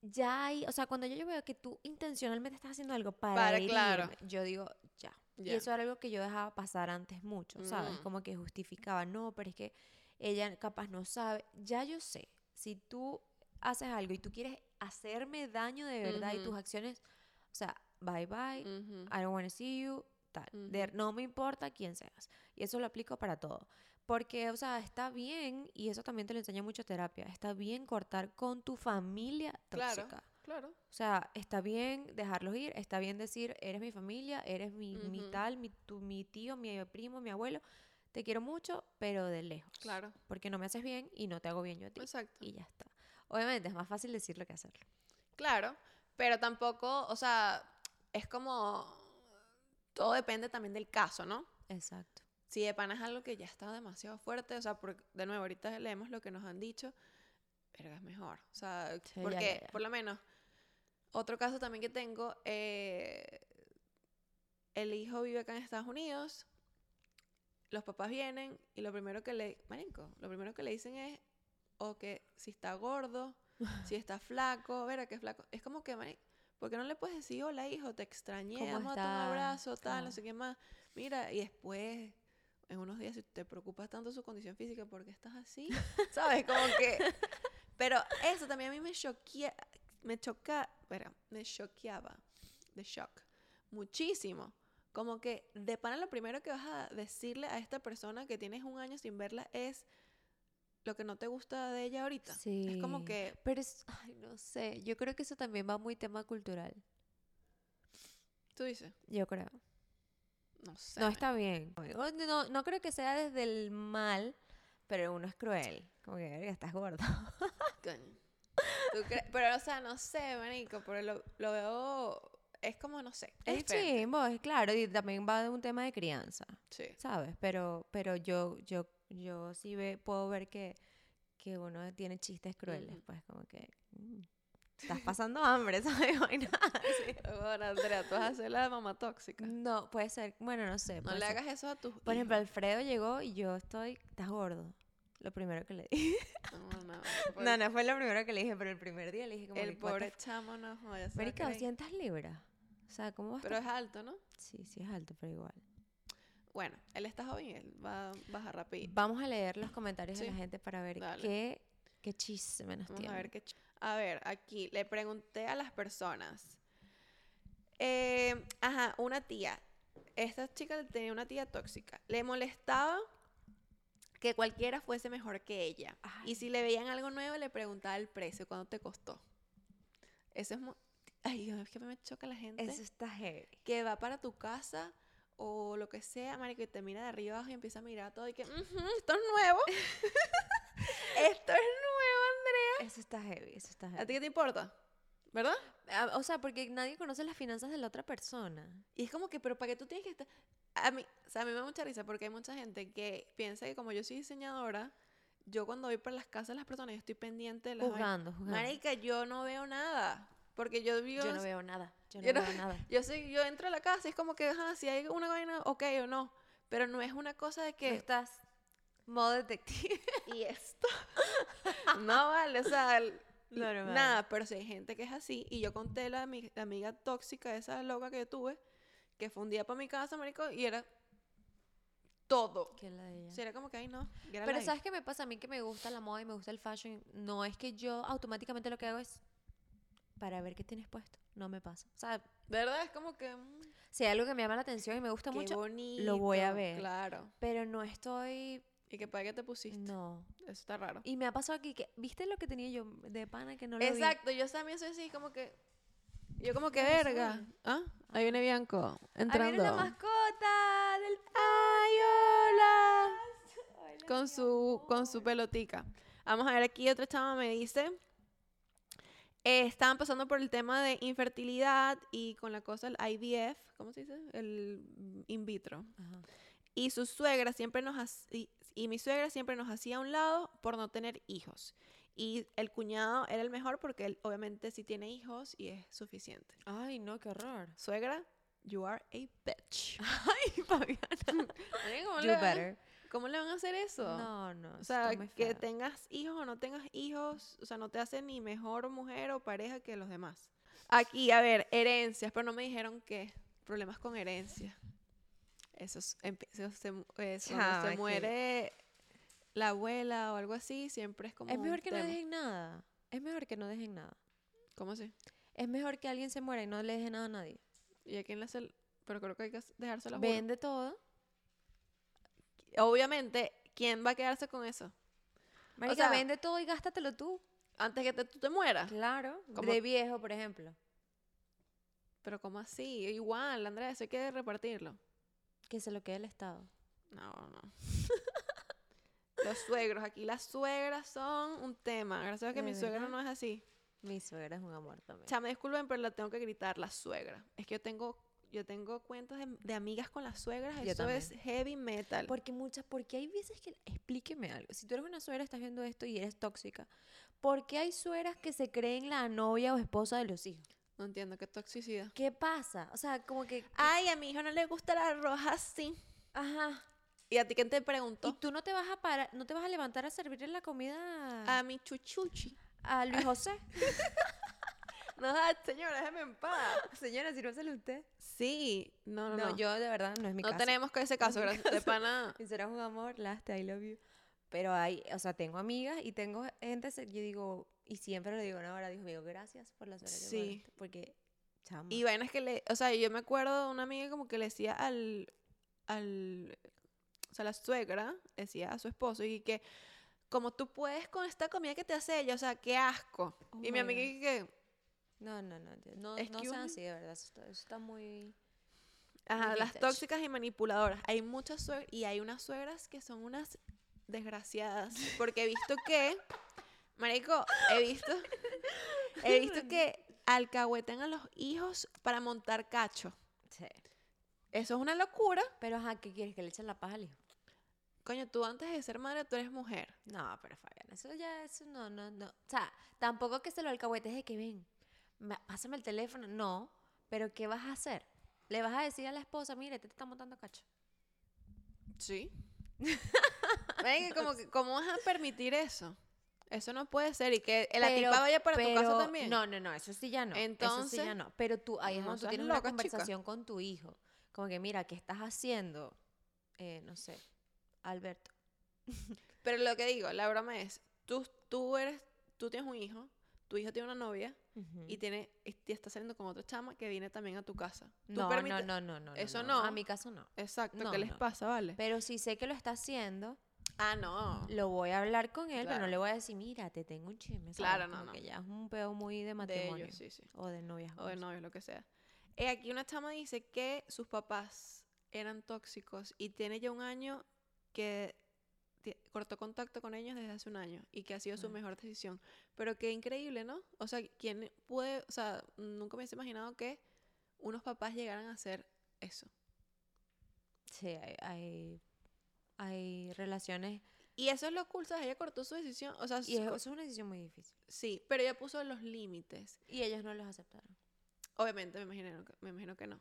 Speaker 2: Ya hay, o sea, cuando yo, yo veo que tú intencionalmente estás haciendo algo para,
Speaker 1: Para,
Speaker 2: herirme,
Speaker 1: claro.
Speaker 2: yo digo, ya.
Speaker 1: Ya.
Speaker 2: Y eso era algo que yo dejaba pasar antes mucho, ¿sabes?
Speaker 1: Mm.
Speaker 2: Como que justificaba, no, pero es que ella capaz no sabe. Ya yo sé, si tú haces algo y tú quieres hacerme daño de verdad y
Speaker 1: Ujú.
Speaker 2: tus acciones, o sea, bye bye,
Speaker 1: Ujú.
Speaker 2: I don't want to see you, tal. De-
Speaker 1: Ujú.
Speaker 2: no me importa quién seas. Y eso lo aplico para todo. Porque, o sea, está bien, y eso también te lo enseña mucho terapia, está bien cortar con tu familia
Speaker 1: Claro.
Speaker 2: tóxica.
Speaker 1: Claro.
Speaker 2: O sea, está bien dejarlos ir, está bien decir, eres mi familia, eres mi, mi
Speaker 1: Ujú.
Speaker 2: tal, mi, tu- mi tío, mi primo, mi abuelo, te quiero mucho, pero de lejos.
Speaker 1: Claro.
Speaker 2: Porque no me haces bien y no te hago bien yo a ti.
Speaker 1: Exacto.
Speaker 2: Y ya está. Obviamente es más fácil decirlo que hacerlo.
Speaker 1: Claro, pero tampoco, o sea, es como todo depende también del caso, ¿no?
Speaker 2: Exacto.
Speaker 1: Si de pana es algo que ya está demasiado fuerte, o sea, por- de nuevo, ahorita leemos lo que nos han dicho, pero es mejor. O sea,
Speaker 2: Sí, ya,
Speaker 1: porque,
Speaker 2: ya, ya.
Speaker 1: por lo menos, otro caso también que tengo, eh, el hijo vive acá en Estados Unidos, los papás vienen y lo primero que le, marico, lo primero que le dicen es, o que si está gordo, si está flaco, verá que flaco. Es como que, mari- ¿por qué no le puedes decir, hola hijo, te extrañé,
Speaker 2: ¿Cómo
Speaker 1: vamos a tomar un
Speaker 2: estás?
Speaker 1: abrazo, tal, no
Speaker 2: Claro.
Speaker 1: sé qué más? Mira, y después, en unos días, si te preocupas tanto su condición física, ¿por qué estás así? ¿Sabes? Como que... Pero eso también a mí me choquea, me choca, espera, me choqueaba, de shock, muchísimo. Como que de pana lo primero que vas a decirle a esta persona que tienes un año sin verla es lo que no te gusta de ella ahorita. Es como
Speaker 2: Sí.
Speaker 1: que
Speaker 2: Pero es, ay, no sé, yo creo que eso también va muy tema cultural.
Speaker 1: tú dices,
Speaker 2: Yo creo.
Speaker 1: no sé.
Speaker 2: No
Speaker 1: man.
Speaker 2: está bien. O No, no creo que sea desde el mal, pero uno es cruel. Como que "Verga, estás gordo.
Speaker 1: Coño. ¿Tú cre- Pero, o sea, no sé, manico, pero lo, lo veo, es como, no sé. Es
Speaker 2: Es
Speaker 1: diferente.
Speaker 2: chimbo, es claro, y también va de un tema de crianza,
Speaker 1: Sí.
Speaker 2: ¿sabes? Pero, pero yo, yo, yo sí ve, puedo ver que, que uno tiene chistes crueles,
Speaker 1: Ujú.
Speaker 2: pues como que mm, estás pasando hambre, ¿sabes? Vaina así.
Speaker 1: Bueno, Andrea, tú vas a ser la mamá tóxica.
Speaker 2: No, puede ser, bueno, no sé.
Speaker 1: No
Speaker 2: Mm, puede
Speaker 1: le
Speaker 2: ser.
Speaker 1: hagas eso a tus
Speaker 2: Por ejemplo,
Speaker 1: hijos.
Speaker 2: Alfredo llegó y yo estoy, estás gordo. Lo primero que le dije.
Speaker 1: No, no,
Speaker 2: No, no fue lo primero que le dije, pero el primer día le dije como
Speaker 1: El
Speaker 2: que, "What the
Speaker 1: pobre chamo no joda. se va a
Speaker 2: Marica,
Speaker 1: creer.
Speaker 2: 200 libras. O sea, ¿cómo vas a
Speaker 1: Pero
Speaker 2: estar-
Speaker 1: es alto, ¿no?
Speaker 2: Sí, sí es alto, pero igual.
Speaker 1: Bueno, él está joven y él va a bajar rápido.
Speaker 2: Vamos a leer los comentarios de
Speaker 1: Sí.
Speaker 2: la gente para ver
Speaker 1: Dale.
Speaker 2: qué, qué chisme nos
Speaker 1: Vamos a
Speaker 2: tienen.
Speaker 1: ver qué ch- A ver, aquí le pregunté a las personas. Eh, ajá, una tía. Esta chica tenía una tía tóxica. Le molestaba que cualquiera fuese mejor que ella.
Speaker 2: Ay.
Speaker 1: Y si le veían algo nuevo, le preguntaba el precio, cuánto te costó. Eso es. mu- Ay, Dios, es que me choca la gente
Speaker 2: Eso está heavy.
Speaker 1: que va para tu casa o lo que sea, marico, y te mira de arriba abajo y empieza a mirar todo y que, "Ujú, esto es nuevo. esto es nuevo, Andrea.
Speaker 2: Eso está heavy, eso está
Speaker 1: ¿A ti
Speaker 2: heavy.
Speaker 1: qué te importa? ¿Verdad?
Speaker 2: Ah, O sea, porque nadie conoce las finanzas de la otra persona.
Speaker 1: Y es como que, pero ¿para qué tú tienes que estar? A mí, o sea, a mí me da mucha risa porque hay mucha gente que piensa que como yo soy diseñadora, yo cuando voy para las casas de las personas, yo estoy pendiente de las vainas.
Speaker 2: Jugando, jugando.
Speaker 1: Marica, yo no veo nada. Porque yo vivo...
Speaker 2: yo no veo nada. Yo no,
Speaker 1: yo no-
Speaker 2: veo nada.
Speaker 1: Yo soy, yo entro a la casa y es como que, ajá, si hay una vaina, ok o no. Pero no es una cosa de
Speaker 2: Tú
Speaker 1: que,
Speaker 2: estás modo detective.
Speaker 1: y esto no vale, o sea, el-
Speaker 2: No, no vale.
Speaker 1: nada, pero si hay gente que es así, y yo conté la, ami- la amiga tóxica, esa loca que yo tuve, que fue un día para mi casa, marico, y era todo.
Speaker 2: ¿Qué es la de ella?
Speaker 1: O sea, era como que, ay, no, get a
Speaker 2: Pero
Speaker 1: life.
Speaker 2: ¿sabes qué me pasa? A mí que me gusta la moda y me gusta el fashion. No es que yo automáticamente lo que hago es para ver qué tienes puesto. No me pasa. O sea,
Speaker 1: ¿verdad? Es como que, mm,
Speaker 2: si hay algo que me llama la atención y me gusta
Speaker 1: qué
Speaker 2: mucho,
Speaker 1: bonito.
Speaker 2: voy a ver.
Speaker 1: Claro.
Speaker 2: pero no estoy...
Speaker 1: Y que para qué te pusiste.
Speaker 2: No.
Speaker 1: Eso está raro.
Speaker 2: Y me ha pasado aquí que... ¿Viste lo que tenía yo de pana que no lo vi?
Speaker 1: Exacto, yo también soy así, como que, yo como que,
Speaker 2: Ay, eso
Speaker 1: verga.
Speaker 2: vale.
Speaker 1: Ah, ahí viene Bianco,
Speaker 2: Ahí
Speaker 1: entrando.
Speaker 2: viene la mascota del...
Speaker 1: ¡Ay, hola!
Speaker 2: Hola,
Speaker 1: Con
Speaker 2: mi
Speaker 1: su, con su pelotica. Vamos a ver aquí, otra chama me dice. eh, estaban pasando por el tema de infertilidad y con la cosa del IVF, ¿cómo se dice? El mm, in vitro.
Speaker 2: Ajá.
Speaker 1: Y su suegra siempre nos hac- y, y mi suegra siempre nos hacía a un lado por no tener hijos. Y el cuñado era el mejor porque él obviamente sí tiene hijos y es suficiente.
Speaker 2: Ay, no, qué horror.
Speaker 1: Suegra, you are a bitch.
Speaker 2: Ay, Fabiana.
Speaker 1: ¿Cómo,
Speaker 2: You
Speaker 1: le,
Speaker 2: better.
Speaker 1: ¿Cómo le van a hacer eso?
Speaker 2: No, no.
Speaker 1: O sea, que
Speaker 2: tengo
Speaker 1: tengas hijos o no tengas hijos, o sea, no te hace ni mejor mujer o pareja que los demás. Aquí, a ver, herencias, pero no me dijeron que problemas con herencia. Eso, es- empi- eso se, mu- es cuando
Speaker 2: Chama,
Speaker 1: se
Speaker 2: que-
Speaker 1: muere la abuela o algo así, siempre es como
Speaker 2: Es
Speaker 1: un
Speaker 2: mejor que no
Speaker 1: tema.
Speaker 2: dejen nada. Es mejor que no dejen nada.
Speaker 1: ¿Cómo así?
Speaker 2: Es mejor que alguien se muera y no le deje nada a nadie.
Speaker 1: ¿Y a quién le hace el- Pero creo que hay que dejárselo a uno.
Speaker 2: Vende todo.
Speaker 1: Obviamente, ¿quién va a quedarse con eso?
Speaker 2: Marica,
Speaker 1: sea-
Speaker 2: vende todo y gástatelo tú.
Speaker 1: Antes que te- tú te mueras.
Speaker 2: Claro.
Speaker 1: Como-
Speaker 2: De viejo, por ejemplo.
Speaker 1: Pero ¿cómo así? Igual, Andrea, eso hay que repartirlo.
Speaker 2: Que se lo quede el Estado.
Speaker 1: No, no. Los suegros, aquí las suegras son un tema. Gracias a que
Speaker 2: ¿De
Speaker 1: mi suegra
Speaker 2: verdad?
Speaker 1: no es así.
Speaker 2: Mi suegra es un amor también.
Speaker 1: Chama, disculpen, pero la tengo que gritar, la suegra. Es que yo tengo, yo tengo cuentas de, de amigas con las suegras.
Speaker 2: Yo
Speaker 1: eso es heavy metal.
Speaker 2: Porque muchas, porque hay veces que, explíqueme algo, si tú eres una suegra, estás viendo esto y eres tóxica, ¿por qué hay suegras que se creen la novia o esposa de los hijos?
Speaker 1: No entiendo qué toxicidad.
Speaker 2: ¿Qué pasa? O sea, como que,
Speaker 1: Ay, a mi hijo no le gusta la roja así.
Speaker 2: ajá,
Speaker 1: ¿Y a ti quién te
Speaker 2: y
Speaker 1: preguntó?
Speaker 2: tú no te vas a parar, no te vas a levantar a servirle la comida a,
Speaker 1: A mi chuchuchi.
Speaker 2: a Luis José.
Speaker 1: No, señora, déjeme en paz.
Speaker 2: Señora, sírvaselo usted.
Speaker 1: Sí, no, no,
Speaker 2: No,
Speaker 1: no.
Speaker 2: yo de verdad no es mi
Speaker 1: no
Speaker 2: caso.
Speaker 1: tenemos que ese
Speaker 2: No es
Speaker 1: caso,
Speaker 2: mi
Speaker 1: gracias. De
Speaker 2: caso.
Speaker 1: pana.
Speaker 2: Y serás un amor, laste, I love you. Pero hay, o sea, tengo amigas y tengo gente, se- yo digo, y siempre le digo, no, ahora digo, digo, gracias por la suegra que
Speaker 1: Sí.
Speaker 2: guardaste", Porque, chama.
Speaker 1: Y vainas que le, o sea, yo me acuerdo de una amiga como que le decía al, al, o sea, la suegra decía a su esposo y que, como tú puedes con esta comida que te hace ella, o sea, qué asco.
Speaker 2: Oh
Speaker 1: y
Speaker 2: my
Speaker 1: mi amiga
Speaker 2: God.
Speaker 1: y que,
Speaker 2: No, no, no, yo- no,
Speaker 1: Excuse
Speaker 2: no sean
Speaker 1: me.
Speaker 2: así, de verdad, eso está, eso está muy...
Speaker 1: ajá, las
Speaker 2: vintage.
Speaker 1: tóxicas y manipuladoras. Hay muchas suegras y hay unas suegras que son unas desgraciadas, porque he visto que, marico, he visto, he visto que alcahuetean a los hijos para montar cacho.
Speaker 2: Sí.
Speaker 1: Eso es una locura.
Speaker 2: Pero, ajá, ¿qué quieres? ¿Que le echen la paja al hijo?
Speaker 1: Coño, tú antes de ser madre, tú eres mujer.
Speaker 2: No, pero Fabiana, eso ya, eso no, no, no. O sea, tampoco que se lo alcahuetes de que ven, ma- pásame el teléfono. No, pero ¿qué vas a hacer? Le vas a decir a la esposa, mire, te, te está montando cacho.
Speaker 1: Sí. Ven, como que, ¿cómo vas a permitir eso? Eso no puede ser. Y que la
Speaker 2: Pero-
Speaker 1: tipa vaya para tu casa
Speaker 2: pero-
Speaker 1: también.
Speaker 2: No, no, no, eso sí ya no. Entonces, eso sí
Speaker 1: Entonces,
Speaker 2: ya no. Pero tú, ahí es
Speaker 1: no
Speaker 2: cuando tú
Speaker 1: seas
Speaker 2: tienes
Speaker 1: loca,
Speaker 2: una
Speaker 1: chica.
Speaker 2: conversación con tu hijo. Como que, mira, ¿qué estás haciendo? eh, no sé, Alberto.
Speaker 1: Pero lo que digo, la broma es, tú, tú eres, tú tienes un hijo, tu hijo tiene una novia y tiene, y te está saliendo con otra chama que viene también a tu casa. Tú
Speaker 2: no,
Speaker 1: permites-
Speaker 2: no, no, no, no, no.
Speaker 1: Eso
Speaker 2: no.
Speaker 1: no.
Speaker 2: A mi caso no.
Speaker 1: Exacto,
Speaker 2: No,
Speaker 1: ¿qué les
Speaker 2: no.
Speaker 1: pasa, vale?
Speaker 2: Pero si sé que lo está haciendo,
Speaker 1: ah, no.
Speaker 2: lo voy a hablar con él, pero
Speaker 1: Claro.
Speaker 2: no le voy a decir, mira, te tengo un chisme. ¿sabes?
Speaker 1: Claro, no,
Speaker 2: Como
Speaker 1: no.
Speaker 2: Que ya es un peo muy de
Speaker 1: De
Speaker 2: matrimonio.
Speaker 1: ellos, sí, sí.
Speaker 2: O de novias.
Speaker 1: O de novios, lo que sea. Eh, aquí una chama dice que sus papás eran tóxicos y tiene ya un año que ti- cortó contacto con ellos desde hace un año y que ha sido su
Speaker 2: Claro.
Speaker 1: mejor decisión. Pero qué increíble, ¿no? O sea, ¿quién puede, o sea, nunca me hubiese imaginado que unos papás llegaran a hacer eso.
Speaker 2: Sí, hay, hay, hay relaciones.
Speaker 1: Y eso es lo cool, ¿sabes? Ella cortó su decisión, o sea,
Speaker 2: Y
Speaker 1: su-
Speaker 2: eso es una decisión muy difícil.
Speaker 1: sí, pero ella puso los límites.
Speaker 2: Y ellos no los aceptaron.
Speaker 1: Obviamente, me imagino que, me imagino que no.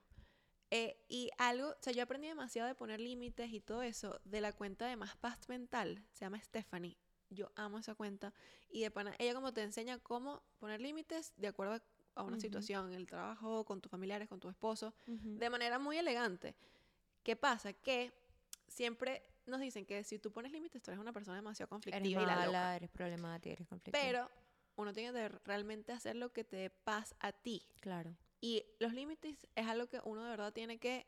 Speaker 1: Eh, y algo, o sea, yo aprendí demasiado de poner límites y todo eso de la cuenta de Más Paz Mental, se llama Stephanie. Yo amo esa cuenta. Y de pana, ella como te enseña cómo poner límites de acuerdo a- a una
Speaker 2: Ujú.
Speaker 1: situación, en el trabajo, con tus familiares, con tu esposo, de manera muy elegante. ¿Qué pasa? Que siempre nos dicen que si tú pones límites, tú eres una persona demasiado
Speaker 2: eres
Speaker 1: conflictiva y la loca.
Speaker 2: mala, eres problemática, eres conflictiva.
Speaker 1: Pero uno tiene que realmente hacer lo que te dé paz a ti.
Speaker 2: Claro.
Speaker 1: Y los límites es algo que uno de verdad tiene que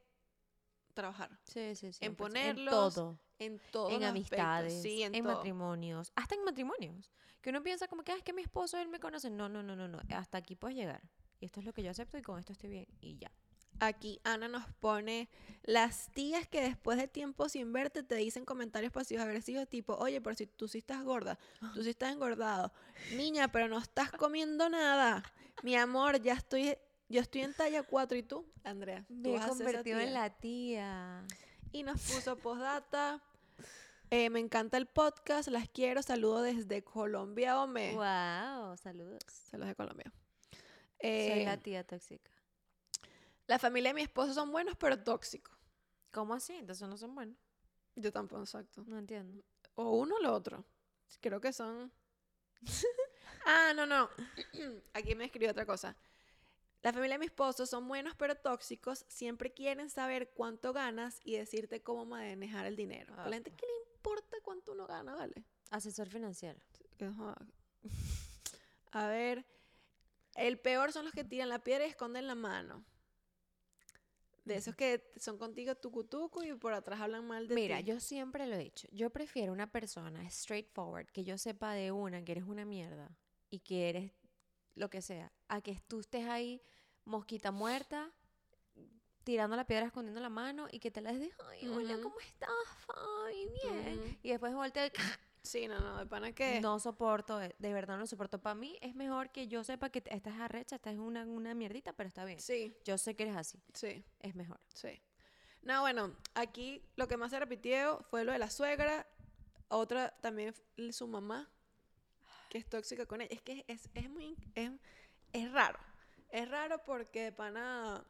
Speaker 1: trabajar
Speaker 2: Sí, sí, sí.
Speaker 1: ponerlos,
Speaker 2: todo.
Speaker 1: en todos
Speaker 2: en
Speaker 1: los
Speaker 2: amistades,
Speaker 1: aspectos. Sí, en,
Speaker 2: en,
Speaker 1: todo.
Speaker 2: matrimonios, hasta en matrimonios. Que uno piensa como que "Ah, es que mi esposo, él me conoce. No, no, no, no, no. Hasta aquí puedes llegar. Y esto es lo que yo acepto y con esto estoy bien. Y ya.
Speaker 1: Aquí Ana nos pone las tías que después de tiempo sin verte te dicen comentarios pasivos agresivos tipo, oye, pero si tú sí estás gorda, tú sí estás engordado, niña, pero no estás comiendo nada, mi amor, ya estoy, yo estoy en talla 4 y tú, Andrea, tú
Speaker 2: Me he
Speaker 1: vas a ser esa
Speaker 2: convertido en
Speaker 1: tía".
Speaker 2: la tía.
Speaker 1: Y nos puso postdata. eh, me encanta el podcast, las quiero, saludo desde Colombia, hombre.
Speaker 2: Wow, saludos.
Speaker 1: Saludos de Colombia.
Speaker 2: Soy
Speaker 1: Eh,
Speaker 2: la
Speaker 1: la,
Speaker 2: tía tóxica.
Speaker 1: familia de mi esposo son buenos, pero tóxicos.
Speaker 2: ¿Cómo así? Entonces no son buenos.
Speaker 1: Yo tampoco, exacto.
Speaker 2: No entiendo.
Speaker 1: O uno o lo otro. Creo que son. ah, no, no. Aquí me escribió otra cosa. La familia de mi esposo son buenos, pero tóxicos. Siempre quieren saber cuánto ganas y decirte cómo manejar el dinero. A
Speaker 2: Ah,
Speaker 1: la gente, ¿qué le importa cuánto uno gana, vale?
Speaker 2: Asesor financiero.
Speaker 1: Que no joda. A ver, el peor son los que tiran la piedra y esconden la mano. De esos que son contigo tucutucu y por atrás hablan mal de
Speaker 2: Mira,
Speaker 1: ti.
Speaker 2: yo siempre lo he dicho. Yo prefiero una persona straightforward, que yo sepa de una que eres una mierda y que eres lo que sea, a que tú estés ahí mosquita muerta, tirando la piedra, escondiendo la mano y que te la des de, ay, hola,
Speaker 1: Ujú.
Speaker 2: ¿cómo estás? Ay, bien.
Speaker 1: Ujú.
Speaker 2: Y después voltea y,
Speaker 1: Sí, no, no, de pana que...
Speaker 2: no soporto, eh, de verdad no lo soporto. Para mí es mejor que yo sepa que te- estás arrecha, estás una, una mierdita, pero está bien.
Speaker 1: Sí,
Speaker 2: Yo sé que eres así,
Speaker 1: sí,
Speaker 2: es mejor.
Speaker 1: sí. No, bueno, aquí lo que más se repitió fue lo de la suegra. Otra también f- su mamá, que es tóxica con ella. Es que es, es muy... in- Es, es raro. Es raro porque de pana...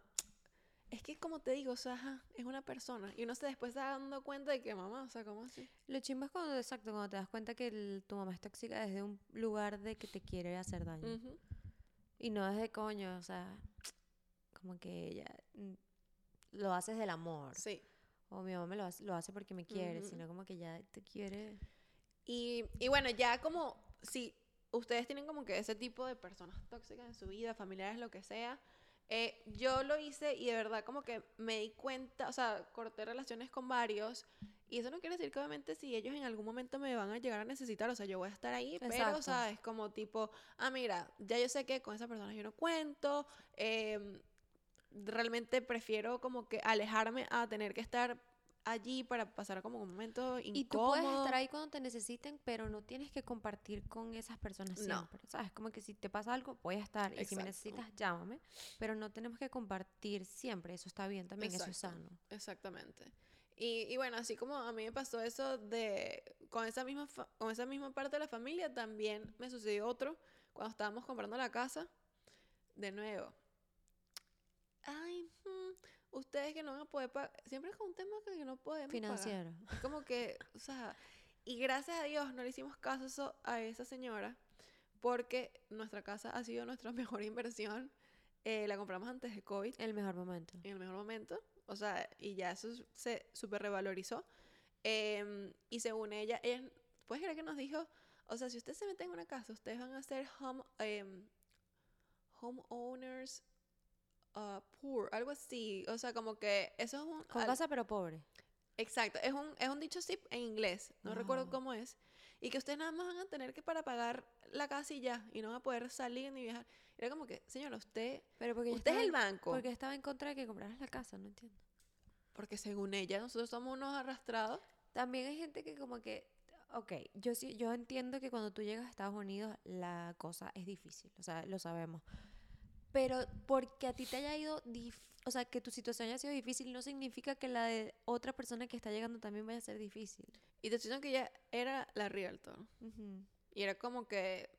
Speaker 1: Es que como te digo, o sea, ajá, es una persona. Y uno se después está dando cuenta de que mamá, o sea, ¿cómo así?
Speaker 2: Lo chimbo es cuando, exacto, cuando te das cuenta que el- tu mamá es tóxica desde un lugar de que te quiere hacer daño.
Speaker 1: Ujú.
Speaker 2: Y no desde coño, o sea, como que ella mm, lo haces del amor.
Speaker 1: Sí.
Speaker 2: O mi mamá me lo hace, lo hace porque me quiere,
Speaker 1: Ujú.
Speaker 2: sino como que ya te quiere.
Speaker 1: Y, y bueno, ya como si ustedes tienen como que ese tipo de personas tóxicas en su vida, familiares, lo que sea, eh, yo lo hice y de verdad como que me di cuenta, o sea, corté relaciones con varios. Y eso no quiere decir que obviamente si ellos en algún momento me van a llegar a necesitar, o sea, yo voy a estar ahí, pero,
Speaker 2: Exacto.
Speaker 1: ¿sabes? Como tipo, ah, mira, ya yo sé que con esa persona yo no cuento, eh, realmente prefiero como que alejarme a tener que estar allí para pasar como un momento incómodo.
Speaker 2: Y tú puedes estar ahí cuando te necesiten, pero no tienes que compartir con esas personas
Speaker 1: No.
Speaker 2: siempre. ¿Sabes? Como que si te pasa algo, voy a estar. Y si me
Speaker 1: Exacto.
Speaker 2: necesitas, llámame. Pero no tenemos que compartir siempre. Eso está bien también, eso es
Speaker 1: Exacto.
Speaker 2: sano.
Speaker 1: Exactamente. Y, y bueno, así como a mí me pasó eso de con esa misma fa- con esa misma parte de la familia, también me sucedió otro cuando estábamos comprando la casa de nuevo. Ay, mm, ustedes que no van a poder pagar, siempre es con un tema que que no podemos pagar.
Speaker 2: Financiero.
Speaker 1: Es como que, o sea, y gracias a Dios no le hicimos caso eso- a esa señora porque nuestra casa ha sido nuestra mejor inversión. Eh, la compramos antes de COVID
Speaker 2: El mejor momento.
Speaker 1: en el mejor momento. o sea, y ya eso s- se súper revalorizó. Em, y según ella, ella, ¿puedes creer que nos dijo? O sea, si ustedes se meten en una casa, ustedes van a ser home, em, homeowners uh, poor, algo así. O sea, como que eso es un...
Speaker 2: Con
Speaker 1: al-
Speaker 2: casa pero pobre.
Speaker 1: Exacto, es un, es un dicho así en inglés, no recuerdo
Speaker 2: Wow.
Speaker 1: cómo es. Y que ustedes nada más van a tener que para pagar la casa y ya, y no van a poder salir ni viajar. Era como que, señora, usted,
Speaker 2: Pero porque yo
Speaker 1: usted es
Speaker 2: estaba
Speaker 1: el
Speaker 2: en-
Speaker 1: banco.
Speaker 2: Porque estaba en contra de que compraras la casa, no entiendo.
Speaker 1: Porque según ella, nosotros somos unos arrastrados.
Speaker 2: También hay gente que como que, ok, yo sí, yo entiendo que cuando tú llegas a Estados Unidos la cosa es difícil, o sea, lo sabemos. Pero porque a ti te haya ido, dif- o sea, que tu situación haya sido difícil no significa que la de otra persona que está llegando también vaya a ser difícil.
Speaker 1: Y te diciendo que ella era la Realtor. Y era como que,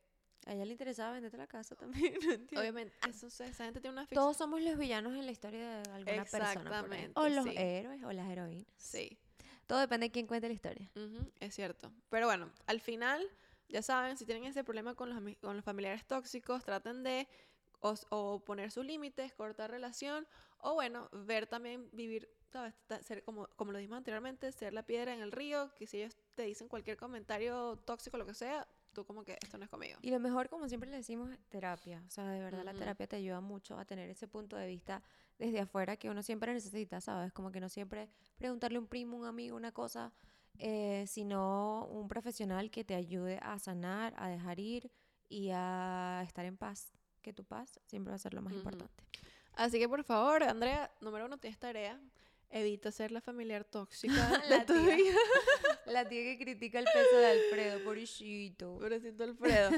Speaker 2: A ella le interesaba venderte la casa también, no entiendo.
Speaker 1: obviamente, eso, se- esa gente tiene una ficción.
Speaker 2: Todos somos los villanos en la historia de alguna persona. por ahí.
Speaker 1: Exactamente,
Speaker 2: O los
Speaker 1: sí.
Speaker 2: héroes o las heroínas.
Speaker 1: Sí,
Speaker 2: Todo depende de quién cuente la historia.
Speaker 1: ujú, es cierto. Pero bueno, al final, ya saben, si tienen ese problema con los, ami- con los familiares tóxicos, traten de os- o poner sus límites, cortar relación, o bueno, ver también, vivir, ¿sabes? Ta- Ser, como, como lo dijimos anteriormente, ser la piedra en el río, que si ellos te dicen cualquier comentario tóxico, lo que sea, tú como que esto no es conmigo.
Speaker 2: Y lo mejor, como siempre le decimos, es terapia. O sea, de verdad la
Speaker 1: Ujú.
Speaker 2: terapia te ayuda mucho a tener ese punto de vista desde afuera que uno siempre necesita, ¿sabes? Como que no siempre preguntarle a un primo, un amigo, una cosa, eh, sino un profesional que te ayude a sanar, a dejar ir y a estar en paz. Que tu paz siempre va a ser lo más
Speaker 1: Ujú.
Speaker 2: importante.
Speaker 1: Así que por favor, Andrea, número uno, tienes tarea. Evita ser la familiar tóxica de
Speaker 2: La
Speaker 1: tu
Speaker 2: tía.
Speaker 1: vida.
Speaker 2: La tía que critica el peso de Alfredo, pobrecito.
Speaker 1: Pobrecito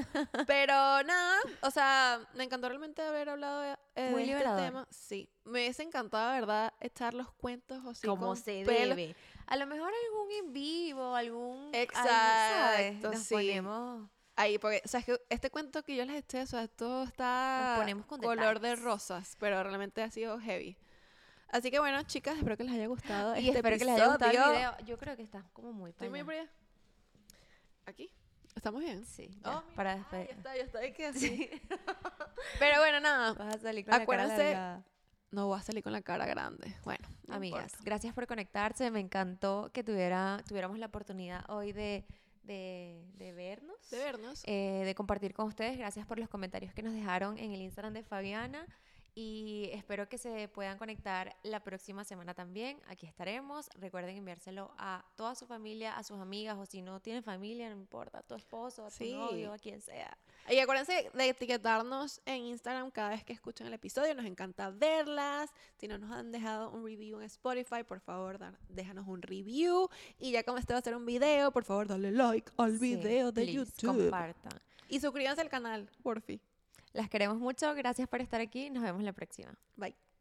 Speaker 1: Alfredo. Pero nada, o sea, me encantó realmente haber hablado de, eh,
Speaker 2: Muy
Speaker 1: de este
Speaker 2: liberador.
Speaker 1: tema. Sí, me hubiese encantado, de verdad, echar los cuentos así
Speaker 2: como
Speaker 1: con
Speaker 2: se
Speaker 1: pelo.
Speaker 2: debe. A lo mejor algún en vivo, algún... algo, ¿sabes?
Speaker 1: Exacto,
Speaker 2: Nos
Speaker 1: sí.
Speaker 2: ponemos...
Speaker 1: Ahí, porque, o sea, es que este cuento que yo les eché, o sea, todo está
Speaker 2: Nos ponemos con
Speaker 1: color
Speaker 2: detalles.
Speaker 1: de rosas, pero realmente ha sido heavy. Así que bueno, chicas, espero que les haya gustado
Speaker 2: Y
Speaker 1: este
Speaker 2: espero que les haya gustado el
Speaker 1: episodio.
Speaker 2: video. Yo creo que está como muy
Speaker 1: Estoy muy
Speaker 2: para
Speaker 1: por allá. ¿Aquí? ¿Estamos bien?
Speaker 2: Sí,
Speaker 1: Oh,
Speaker 2: ya,
Speaker 1: mira,
Speaker 2: para
Speaker 1: ah,
Speaker 2: despedir.
Speaker 1: ya está, ya está, hay que así. Pero bueno, nada.
Speaker 2: Vas a salir con la cara
Speaker 1: Acuérdense-
Speaker 2: alargada.
Speaker 1: No voy a salir con la cara grande. Bueno, no
Speaker 2: Amigas,
Speaker 1: importa.
Speaker 2: gracias por conectarse. Me encantó que tuviera, tuviéramos la oportunidad hoy de, de, de vernos.
Speaker 1: De vernos.
Speaker 2: eh, de compartir con ustedes. Gracias por los comentarios que nos dejaron en el Instagram de Fabiana. Y espero que se puedan conectar la próxima semana también. Aquí estaremos. Recuerden enviárselo a toda su familia, a sus amigas, o si no tienen familia, no importa, a tu esposo, a tu
Speaker 1: Sí.
Speaker 2: novio, a quien sea.
Speaker 1: Y acuérdense de etiquetarnos en Instagram cada vez que escuchen el episodio. Nos encanta verlas. Si no nos han dejado un review en Spotify, por favor, dar- déjanos un review. Y ya como este va a ser un video, por favor, dale like al
Speaker 2: Sí,
Speaker 1: video de
Speaker 2: please,
Speaker 1: YouTube.
Speaker 2: Compartan.
Speaker 1: Y suscríbanse al canal, por fin.
Speaker 2: Las queremos mucho. Gracias por estar aquí. Nos vemos la próxima.
Speaker 1: Bye.